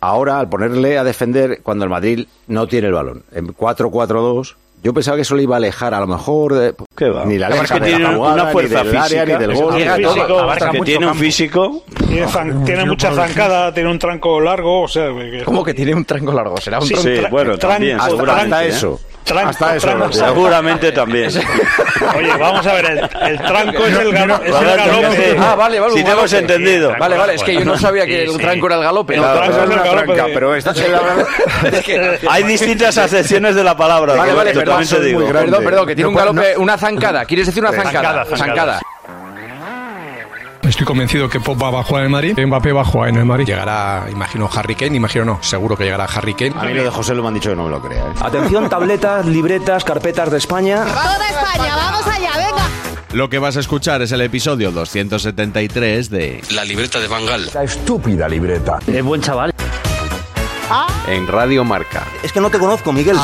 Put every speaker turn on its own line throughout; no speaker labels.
Ahora, al ponerle a defender cuando el Madrid no tiene el balón, en 4-4-2, yo pensaba que eso le iba a alejar a lo mejor de,
¿Qué va?
ni la
Además
aleja
que
de la
tiene una
jugada,
fuerza
ni del área,
física,
ni del
es
gol.
un
ni-
físico,
todo,
abarca
que
mucho
tiene un
campo.
físico.
Tiene, zan- tiene mucha zancada, tiene un tranco largo, o sea, que- que-
¿Cómo que tiene un tranco largo? Será un
Sí,
tronco
sí,
tra-
bueno, también,
tranco,
Hasta,
seguramente.
hasta
¿eh?
eso.
Tranco,
hasta eso.
tranco.
Seguramente también.
Oye, vamos a ver, el, el tranco es el, galo- es el
Vale,
galope.
entonces,
Ah, vale, vale,
Si
un
te hemos
galope.
entendido.
Vale, vale, es que yo no sabía que un tranco era el galope.
El
Claro,
tranco
eso
es el
una
galope
tranca,
de-
pero esta se es que-
Hay distintas acepciones de la palabra.
Vale,
Roberto,
vale, perdón,
también te digo.
perdón,
grande.
perdón, que tiene
No
un
puedo-
galope, una zancada. ¿Quieres decir una zancada?
zancada,
Zancada.
Estoy convencido que Pop va a jugar en el Madrid, Mbappé va a jugar en el Madrid. Llegará, imagino, Harry Kane, imagino no, seguro que llegará Harry Kane.
A mí lo de José lo me han dicho que no me lo crea. ¿eh?
Atención, tabletas, libretas, carpetas de España.
Toda España, vamos allá, venga.
Lo que vas a escuchar es el episodio 273 de
La libreta de Bangal.
La estúpida libreta.
Es buen chaval.
En Radio Marca.
Es que no te conozco, Miguel.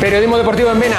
Periodismo deportivo en Vena.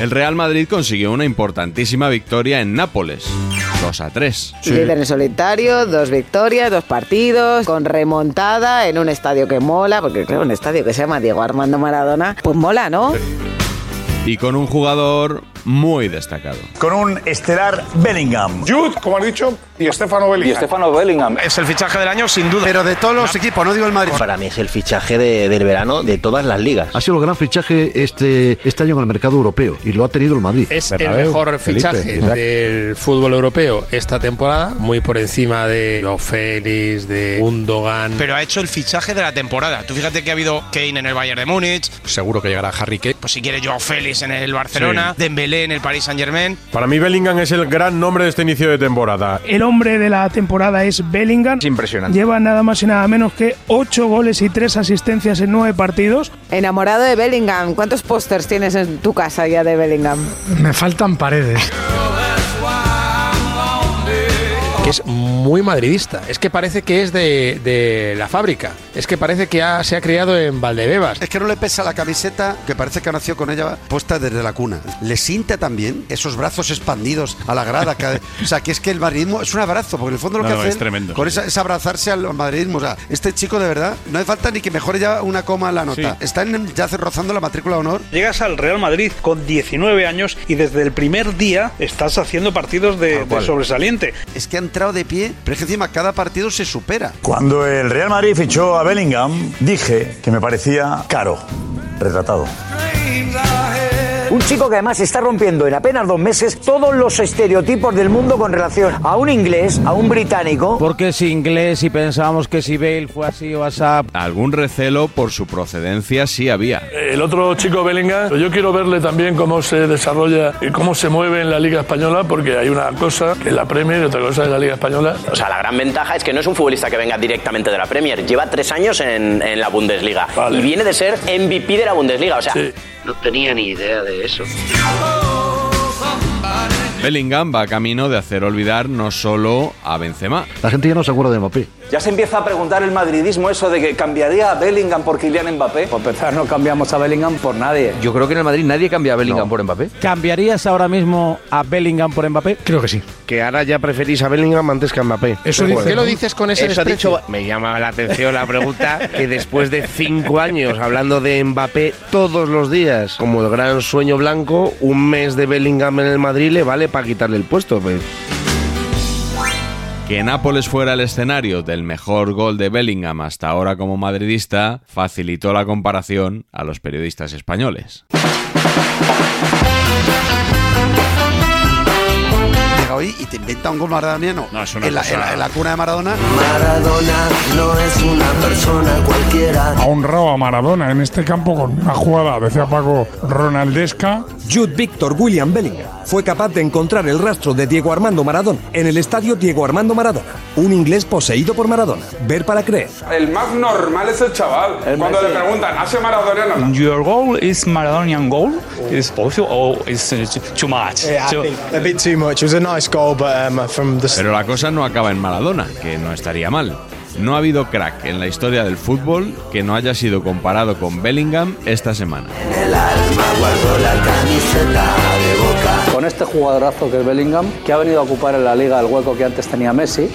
El Real Madrid consiguió una importantísima victoria en Nápoles. 2 a 3.
Líder en solitario, dos victorias, dos partidos, con remontada en un estadio que mola, porque claro, un estadio que se llama Diego Armando Maradona, pues mola, ¿no?
Y con un jugador muy destacado.
Con un estelar Bellingham.
Jude, como has dicho, y Estefano Belli.
Bellingham. Es el fichaje del año, sin duda.
Pero de todos los equipos, no digo el Madrid.
Para mí es el fichaje de- del verano de todas las ligas.
Ha sido el gran fichaje este, este año en el mercado europeo y lo ha tenido el Madrid.
Es el mejor fichaje del fútbol europeo esta temporada, muy por encima de Joao Félix, de Gundogan.
Pero ha hecho el fichaje de la temporada. Tú fíjate que ha habido Kane en el Bayern de Múnich,
Seguro que llegará Harry Kane.
pues si quiere Joao Félix en el Barcelona, Dembélé en el Paris Saint-Germain.
Para mí Bellingham es el gran nombre de este inicio de temporada.
El hombre de la temporada es Bellingham.
Es impresionante.
Lleva nada más y nada menos que 8 goles y 3 asistencias en 9 partidos.
Enamorado de Bellingham. ¿Cuántos pósters tienes en tu casa ya de Bellingham?
Me faltan paredes.
que es muy madridista. Es que parece que es de, de la fábrica. Es que parece que ha- se ha criado en Valdebebas.
Es que no le pesa la camiseta, que parece que nació con ella puesta desde la cuna. Le sienta también esos brazos expandidos a la grada. que- o sea, que es que el madridismo es un abrazo, porque en el fondo lo
No,
que
no,
hacen
es tremendo.
con esa, es abrazarse al madridismo. O sea, este chico de verdad, no hace falta ni que mejore ya una coma en la nota. Está en- ya rozando la matrícula de honor.
Llegas al Real Madrid con 19 años y desde el primer día estás haciendo partidos de, de sobresaliente.
Es que ha entrado de pie, pero es que encima cada partido se supera.
Cuando el Real Madrid fichó a Bellingham, dije que me parecía caro, retratado.
Un chico que además está rompiendo en apenas dos meses todos los estereotipos del mundo con relación a un inglés, a un británico.
Porque es inglés y pensábamos que si Bale fue así o así.
Algún recelo por su procedencia sí había.
El otro chico Bellingham, yo quiero verle también cómo se desarrolla y cómo se mueve en la Liga Española, porque hay una cosa que es la Premier y otra cosa es la Liga Española.
O sea, la gran ventaja es que no es un futbolista que venga directamente de la Premier. Lleva tres años en, en la Bundesliga
Vale.
y viene de ser MVP de la Bundesliga. O sea,
Sí.
no tenía ni idea de eso.
Bellingham va camino de hacer olvidar no solo a Benzema.
La gente ya no se acuerda de Mbappé.
Ya se empieza a preguntar el madridismo eso de que cambiaría a Bellingham por Kylian Mbappé. Por empezar, no cambiamos a Bellingham por nadie.
Yo creo que en el Madrid nadie cambia a Bellingham por Mbappé.
¿Cambiarías ahora mismo a Bellingham por Mbappé? Creo que sí.
Que ahora ya preferís a Bellingham antes que a Mbappé.
Eso dice- ¿Qué lo dices con ese
Eso ha
desprecio?
dicho, me llama la atención la pregunta que después de cinco años hablando de Mbappé todos los días como el gran sueño blanco, un mes de Bellingham en el Madrid le vale para quitarle el puesto. pues.
Que Nápoles fuera el escenario del mejor gol de Bellingham hasta ahora como madridista facilitó la comparación a los periodistas españoles.
Llega hoy y te inventa un gol maradoniano
una
en, la,
cosa-
en la- en la cuna de Maradona.
Maradona no es una persona cualquiera.
Ha honrado a Maradona en este campo con una jugada, decía Paco, ronaldesca.
Jude Victor William Bellingham fue capaz de encontrar el rastro de Diego Armando Maradona en el estadio Diego Armando Maradona, un inglés poseído por Maradona. Ver para creer.
El más normal es el chaval. Cuando le preguntan, ¿hace maradoniano?
Your goal is Maradonian goal? Is possible or is uh, too much? So-
a bit too much. It was a nice goal, but um, from the
Pero la cosa no acaba en Maradona, que no estaría mal. No ha habido crack en la historia del fútbol que no haya sido comparado con Bellingham esta semana.
Con este jugadorazo que es Bellingham, que ha venido a ocupar en la liga el hueco que antes tenía Messi,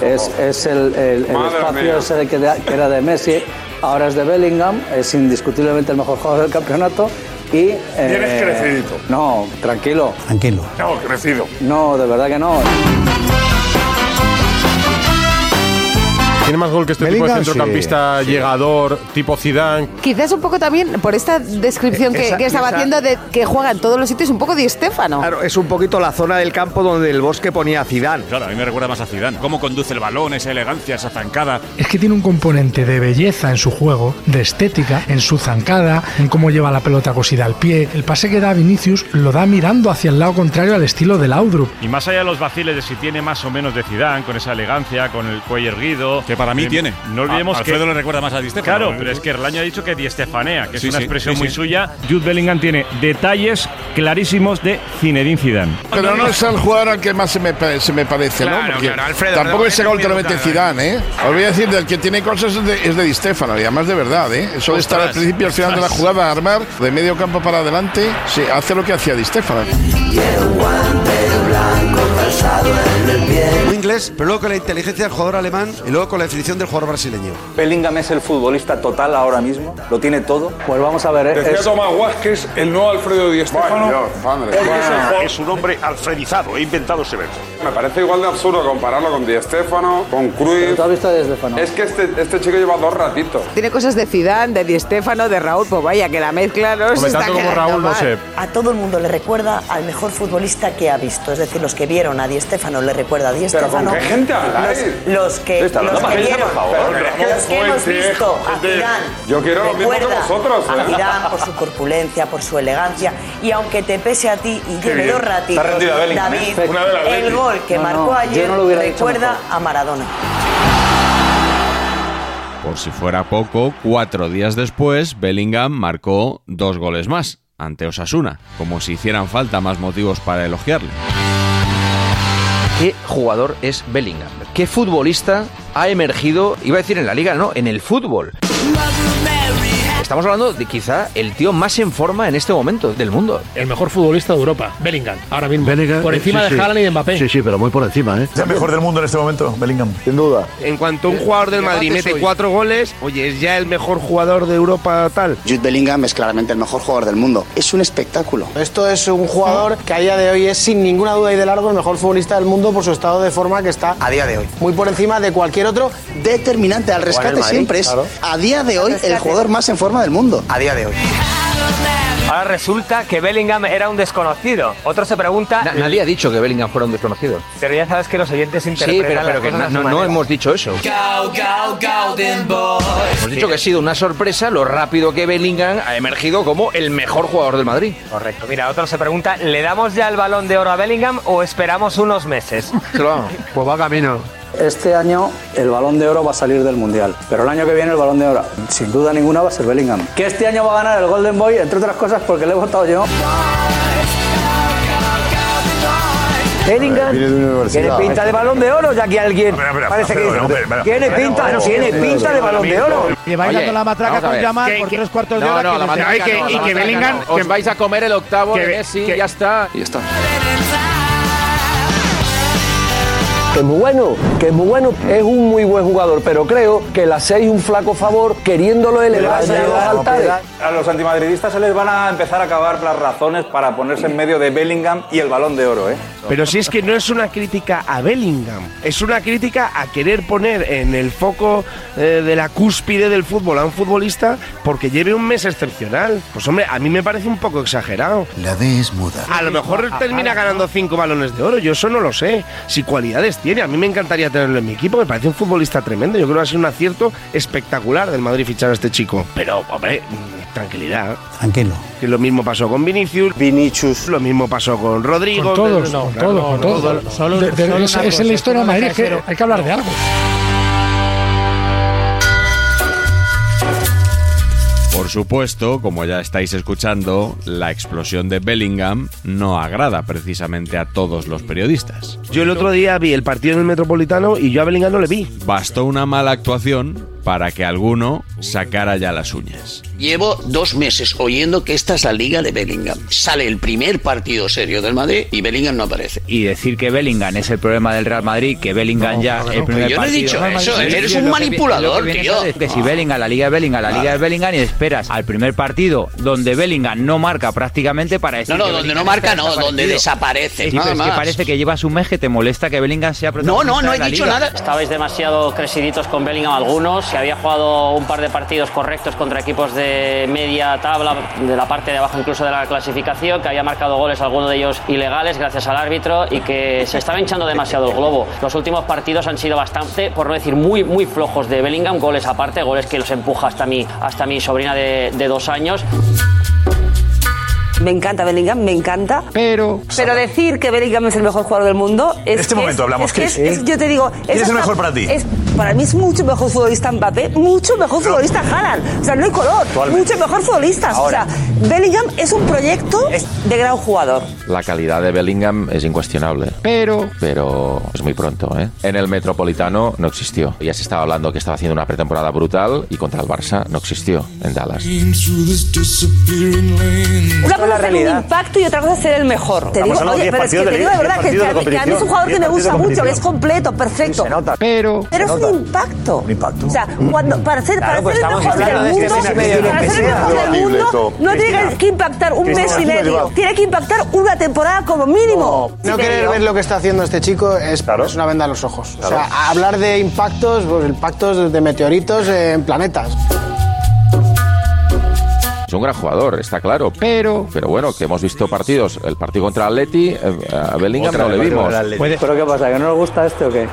es, es el, el- el
Madre
espacio eh,
mía.
ese de que, de- que era de Messi, ahora es de Bellingham, es indiscutiblemente el mejor jugador del campeonato y...
Vienes crecidito.
No, tranquilo. Tranquilo.
No, crecido.
No, de verdad que no.
Tiene más gol que este tipo
Bellingham,
de centrocampista llegador, tipo Zidane.
Quizás un poco también por esta descripción que,
Esa-
que estaba
esa-
haciendo de que juega en todos los sitios, un poco Di Stefano.
Claro, es un poquito la zona del campo donde el bosque ponía a Zidane.
Claro, a mí me recuerda más a Zidane. Cómo conduce el balón, esa elegancia, esa zancada.
Es que tiene un componente de belleza en su juego, de estética, en su zancada, en cómo lleva la pelota cosida al pie. El pase que da Vinicius lo da mirando hacia el lado contrario al estilo de Laudrup.
Y más allá de los vaciles de si tiene más o menos de Zidane, con esa elegancia, con el cuello erguido. Que para mí tiene. Eh, No olvidemos A- que. Alfredo le recuerda más a Di Stefano. Claro, pero es que Erlaño ha dicho que Di Stefanea, que Sí, es una sí, expresión sí, muy sí. suya. Jude Bellingham tiene detalles clarísimos de Zinedine Zidane.
Pero no es el jugador al que más se me, pa- se me parece, ¿no?
Claro, claro, Alfredo,
tampoco
no,
ese
no
gol te lo
miedo,
mete
claro.
Zidane, ¿eh? Os voy a decir, del que tiene cosas es de, es de Di Stéfano, y además de verdad, ¿eh? Eso de estar al
Ostras,
principio y al final de la
ostras.
jugada, armar de medio campo para adelante, sí, hace lo que hacía Di Stéfano.
Un inglés, pero luego con la inteligencia del jugador alemán y luego con la definición del jugador brasileño.
Bellingham es el futbolista total ahora mismo, lo tiene todo. Pues vamos a ver. eh,
Decía
es-
Tomás Vázquez, el nuevo Alfredo Di Stéfano.
Es un hombre alfredizado, he inventado ese verbo.
Me parece igual de absurdo compararlo con Di Stéfano, con Cruyff. Es que este, este chico lleva dos ratitos.
Tiene cosas de Zidane, de Di Stéfano, de Raúl, pues vaya, que la mezcla no se está quedando mal.
A todo el mundo le recuerda al mejor futbolista que ha visto. Es decir, los que vieron a Di Stefano le recuerda a Di
Pero ¿con
Stefano.
qué gente habláis?
Los, los que,
Está hablando
los que
pajilla,
vieron,
por favor.
los que hemos
Fuente,
visto a
gente.
Zidane.
Yo quiero lo mismo que
Recuerda
vosotros,
A
¿eh?
Zidane por su corpulencia, por su elegancia. Y aunque te pese a ti y
Qué
lleve
bien.
dos ratitos,
Está rendida Bellingham, ¿eh?
David,
Una de las
el
Betis.
gol que
No, no,
marcó
yo
ayer
no lo hubiera hecho
recuerda a Maradona.
Por si fuera poco, cuatro días después, Bellingham marcó dos goles más ante Osasuna, como si hicieran falta más motivos para elogiarle.
¿Qué jugador es Bellingham? ¿Qué futbolista ha emergido, iba a decir en la liga, no, en el fútbol? Estamos hablando de quizá el tío más en forma en este momento del mundo.
El mejor futbolista de Europa, Bellingham, ahora mismo. por
eh,
encima
sí,
de
sí.
Haaland y de Mbappé.
Sí, sí, pero muy por encima, ¿eh?
del mundo en este momento, Bellingham. Sin duda.
En cuanto
Eh,
un jugador del Madrid
Debate
mete
soy.
cuatro goles, oye, es ya el mejor jugador de Europa tal.
Jude Bellingham es claramente el mejor jugador del mundo. Es un espectáculo.
Esto es un jugador que a día de hoy es sin ninguna duda y de largo el mejor futbolista del mundo por su estado de forma que está a día de hoy. Muy por encima de cualquier otro.
Determinante al rescate
Madrid,
siempre es
claro.
a día de hoy el
rescate.
jugador más en forma del mundo. A día de hoy.
Ahora resulta que Bellingham era un desconocido. Otro se pregunta.
Na- nadie ha dicho que Bellingham fuera un desconocido.
Pero ya sabes que los oyentes interpretan.
Sí, pero, pero
las
que
cosas
na-
a su
no, no
manera.
hemos dicho eso. Hemos dicho que ha sido una sorpresa lo rápido que Bellingham ha emergido como el mejor jugador del Madrid.
Correcto. Mira, otro se pregunta, ¿le damos ya el balón de oro a Bellingham o esperamos unos meses?
Pues va camino.
Este año el balón de oro va a salir del mundial, pero el año que viene el balón de oro, sin duda ninguna, va a ser Bellingham. Que este año va a ganar el Golden Boy, entre otras cosas, porque le he votado yo.
Bellingham
Viene de una universidad.
tiene pinta de balón de oro, ya que alguien
Espera, espera,
parece que
espera,
dice,
espera, espera.
tiene
Espera,
pinta,
espera,
tiene
espera,
pinta de
espera,
balón de
espera,
oro.
espera. Lleváis dando la matraca
vamos a
con
ver.
Yamal
Que-
por
que-
tres cuartos de
no,
hora.
no, la
desde
matraca
acá no
no, la
se
matraca
saca
no.
nada.
Os vais
a comer el octavo
de
Messi, ya está. Y está.
Que es muy bueno, que es muy bueno, es un muy buen jugador, pero creo que le hacéis un flaco favor queriéndolo elevar de los altares.
A los antimadridistas se les van a empezar a acabar las razones para ponerse en medio de Bellingham y el balón de oro, ¿eh?
Pero si es que no es una crítica a Bellingham, es una crítica a querer poner en el foco eh, de la cúspide del fútbol a un futbolista porque lleve un mes excepcional. Pues hombre, a mí me parece un poco exagerado.
La D es muda.
A lo mejor termina ganando cinco balones de oro, yo eso no lo sé. Si cualidades tiene, a mí me encantaría tenerlo en mi equipo, me parece un futbolista tremendo. Yo creo que ha sido un acierto espectacular del Madrid fichar a este chico. Pero, hombre, mm, tranquilidad.
Tranquilo.
Que lo mismo pasó con Vinicius. Vinicius. Lo mismo pasó con Rodrigo.
Con todos,
No,
con
claro,
todos,
no,
con
no,
todos.
no, no.
De- de- es, es en la historia de Madrid, es que hay que hablar de algo.
Por supuesto, como ya estáis escuchando, la explosión de Bellingham no agrada precisamente a todos los periodistas.
Yo el otro día vi el partido en el Metropolitano y yo a Bellingham no le vi.
Bastó una mala actuación para que alguno sacara ya las uñas.
Llevo dos meses oyendo que esta es la liga de Bellingham. Sale el primer partido serio del Madrid y Bellingham no aparece.
Y decir que Bellingham es el problema del Real Madrid, que Bellingham ya el primer
Yo no he
partido-
dicho eso, eres
Sí,
un
lo que vi-
manipulador,
lo que viene
tío.
es Que si Bellingham, la liga de Bellingham, la liga de Bellingham y esperas al primer partido donde Bellingham no marca prácticamente para decir
No, no,
que
donde
Bellingham
no marca,
está
no, donde
desaparecido.
desaparece.
Sí,
nada
pero es
más.
que parece que llevas un mes que te molesta que Bellingham sea protagonista
no, no
de
he
la
dicho
liga.
nada.
Estabais demasiado creciditos con Bellingham algunos. Se había jugado un par de partidos correctos contra equipos de media tabla, de la parte de abajo incluso de la clasificación, que había marcado goles, algunos de ellos ilegales, gracias al árbitro, y que se estaba hinchando demasiado el globo. Los últimos partidos han sido bastante, por no decir muy, muy flojos de Bellingham, goles aparte, goles que los empuja hasta mi, hasta mi sobrina de, de dos años.
Me encanta Bellingham, me encanta. Pero. Pero decir que Bellingham es el mejor jugador del mundo es.
En este
que
momento
es-
hablamos,
es que
Chris.
es- es- yo te digo.
¿Quién es
esa
el mejor
fa-
para ti?
es- para mí es mucho mejor futbolista Mbappé, mucho mejor futbolista Haaland. O sea, no hay color. Mucho mejor futbolista.
Ahora.
O sea, Bellingham es un proyecto de gran jugador.
La calidad de Bellingham es incuestionable.
Pero.
Pero es muy pronto, ¿eh? En el Metropolitano no existió. Ya se estaba hablando que estaba haciendo una pretemporada brutal y contra el Barça no existió en Dallas.
Una cosa es tener un impacto y otra cosa es ser el mejor. Te
Estamos
digo,
hablando de
oye,
10
pero es que
partidos
te
de
digo de
liga,
verdad
10
que, que a
partidos
mí
de
que a mí es
competición,
un jugador que me
10
gusta
partidos de
mucho, que es
competición.
completo, perfecto. Pero. Pero es un impacto. Un impacto. O sea, cuando, para ser,
Claro,
para
pues
ser el
estamos
mejor del
hablando de
mundo,
este medio de
para ser el
pesea.
mejor del
Debatible
mundo,
esto.
no tiene
Cristina.
que impactar un
Cristina,
mes y
aquí lo
medio.
llevamos.
Tiene que impactar una temporada como mínimo.
No querer ver lo que está haciendo este chico es, es una venda en los ojos.
Claro.
O sea, hablar de impactos, pues impactos de meteoritos en planetas.
Es un gran jugador, está claro. Pero. Pero bueno, que hemos visto partidos. El partido contra Atleti, eh, a Bellingham
Otra
no le
vez
vimos.
contra el Atleti. ¿Pero qué pasa? ¿Que no nos gusta este o qué?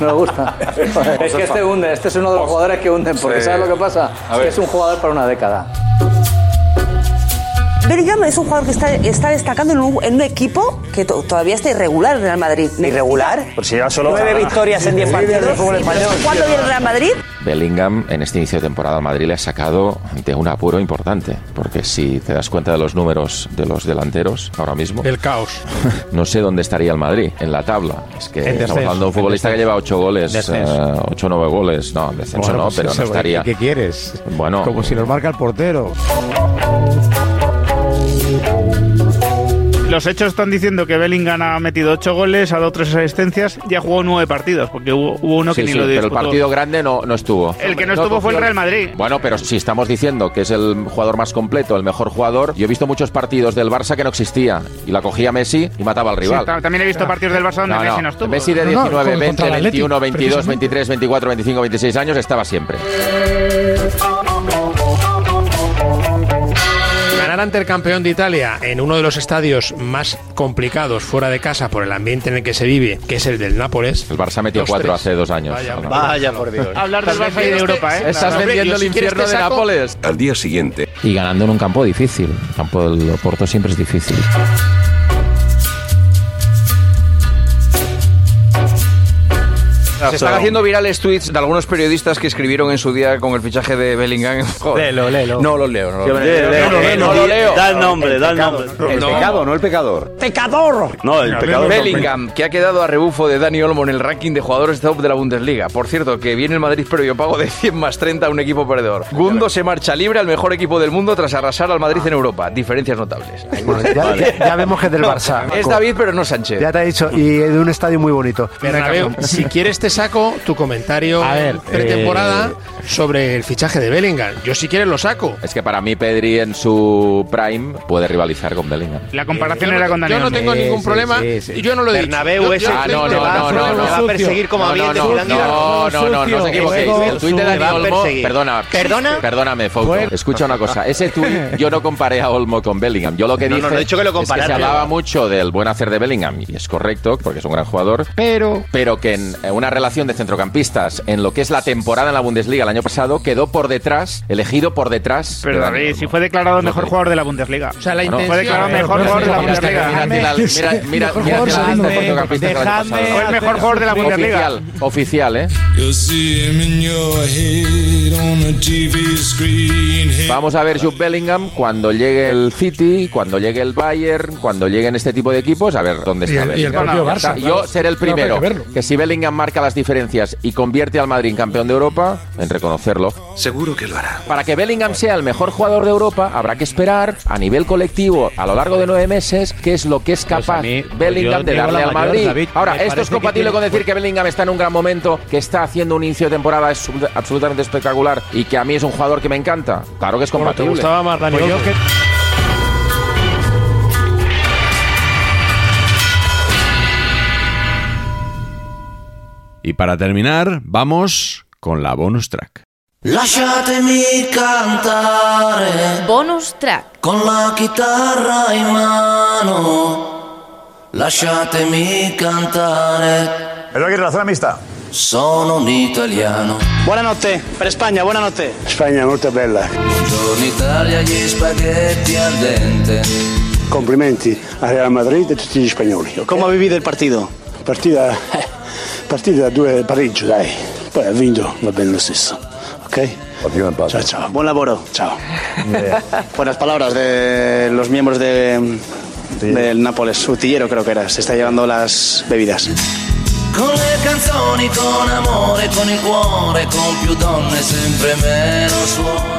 No le gusta. es que este hunde, este es uno de los jugadores que hunden, porque Sí. ¿sabes lo que pasa? A ver. Es un jugador para una década.
Bellingham es un jugador que está, está destacando en un, en un equipo que to- todavía está irregular en Real Madrid. ¿Irregular?
Por si lleva
Nueve victorias en diez partidos. Sí, pero ¿Cuándo viene el Real Madrid?
Bellingham en este inicio de temporada al Madrid le ha sacado de un apuro importante, porque si te das cuenta de los números de los delanteros ahora mismo,
Del caos.
no sé dónde estaría el Madrid en la tabla. Es que
En
estamos
descenso,
hablando de un futbolista
en
que lleva 8 goles,
Descenso.
8 o 9 goles, no, en descenso
Bueno,
no,
pues
pero
eso,
no estaría.
¿qué- qué
quieres? Bueno,
Como si los marca el portero.
Los hechos están diciendo que Bellingham ha metido 8 goles, ha dado 3 asistencias y ha jugado 9 partidos, porque hubo, hubo uno
sí,
que ni
sí,
lo
pero el
disputó.
partido grande no, no estuvo.
El que no estuvo fue el Real Madrid.
Bueno, pero si estamos diciendo que es el jugador más completo, el mejor jugador, yo he visto muchos partidos del Barça que no existía y la cogía Messi y mataba al rival.
Sí, ta- también he visto partidos del Barça donde
No, no.
Messi no estuvo.
Messi de
No, no,
19,
con-
20,
contra el Atleti,
21, 22,
precisamente.
23, 24, 25, 26 años estaba siempre.
Ganar
Atalanta, el campeón de Italia, en uno de los estadios más complicados fuera de casa por el ambiente en el que se vive, que es el del Nápoles.
El Barça metió
Los
cuatro
tres.
hace dos años.
Vaya,
Ahora.
vaya, por Dios.
Hablar del Barça y de Europa,
este-
¿eh?
Estás
Hombre, yo
vendiendo el
si quieres
infierno
te
de
saco-
Nápoles.
Al día siguiente.
Y ganando en un campo difícil. El campo del Oporto siempre es difícil.
Se están haciendo virales tweets de algunos periodistas que escribieron en su día con el fichaje de Bellingham. Joder.
Léelo, léelo.
No lo leo, no lo
Sí,
leo.
léelo,
No
léelo.
lo leo, no lo leo.
Da el nombre, da el nombre.
El
No.
pecado,
no el pecador. ¡Pecador! No, el pecador. no.
Bellingham, que ha quedado a rebufo de Dani Olmo en el ranking de jugadores top de la Bundesliga. Por cierto, que viene el Madrid previo pago de 100 más 30 a un equipo perdedor. Gundo se marcha libre al mejor equipo del mundo tras arrasar al Madrid en Europa. Diferencias notables.
Bueno, Pues ya, ya- ya vemos que es del
No,
Barça.
Es
Paco.
David, pero no Sánchez.
Ya te he dicho, y de un estadio muy bonito.
Bernabéu, si quieres te saco tu comentario
A ver,
pretemporada sobre el fichaje de Bellingham. Yo si quieres lo saco.
Es que para mí Pedri en su prime puede rivalizar con Bellingham.
La comparación
Yo no-
era con
yo
Daniel.
no tengo ningún problema y yo no lo he
Bernabéu ese
dicho. Yo- yo-
Ah,
yo-
no,
yo-
no, no, no, no. Va a perseguir como
no, no,
avión de
no, no,
Zidane.
no, no, no, no os equivoquéis.
Sucio.
El tuit de
Le va a
Dani Olmo.
perseguir.
Perdona,
¿Perdona?
perdóname, Fouto.
Bueno.
Escucha una cosa. Ese tuit yo no comparé a Olmo con Bellingham. Yo lo que
No, no,
dije
no, he dicho que lo
es que se
comparaste.
hablaba mucho del buen hacer de Bellingham y es correcto porque es un gran jugador. Pero, pero que en eh, una relación de centrocampistas en lo que es la temporada en la Bundesliga el año pasado quedó por detrás, elegido por detrás. de
Pero
Dani
David, si fue declarado mejor jugador de la Bundesliga. O sea,
la
Fue declarado mejor jugador de la
Mira, mira,
Bundesliga.
mira, mira, mira, mira, mira, mira, mira, centrocampistas del año pasado.
Fue el mejor jugador de la Bundesliga.
Oficial, oficial, ¿eh? Vamos a ver Jude Bellingham cuando llegue el City, cuando llegue el Bayern, cuando lleguen este tipo de equipos, a ver dónde
Y
está
el- y el
Bellingham.
propio
Ya está.
Barça,
Yo
claro.
seré el
No, pero hay
primero
que verlo.
que si Bellingham marca las diferencias y convierte al Madrid en campeón de Europa, en reconocerlo.
Seguro que lo hará.
Para que Bellingham sea el mejor jugador de Europa, habrá que esperar a nivel colectivo a lo largo de nueve meses qué es lo que
Pues
es capaz Bellingham
yo
de
digo
darle
la
al
mayor,
Madrid.
David.
Ahora,
Me
esto
parece
es
que
compatible
tiene-
con decir que Bellingham está en un gran momento, que está haciendo un inicio de temporada es- absolutamente espectacular y que a mí es un jugador que me encanta. Claro que es
Bueno, te
compatible.
gustaba más Dani Olmo.
Y para terminar, vamos con la bonus track.
Lasciatemi cantare. Bonus track. Con la chitarra in mano. Lasciatemi cantare. Pero che razón amistad. Sono un italiano.
Buonanotte, per Spagna, buonanotte. Spagna, molto bella.
Buongiorno Italia, gli spaghetti al dente.
Complimenti a Real Madrid e a tutti gli spagnoli. Come vivido il partito? Partita, eh, partita da due pareggio, dai. Poi ha vinto, va bene lo stesso. Ok? Ciao, ciao. Buon lavoro. Ciao. Buenas palabras de los miembros de, del Nápoles. Utillero creo que era. Se está llevando las bebidas.
Con le canzoni, con amore, con il cuore, con più donne, sempre meno suore.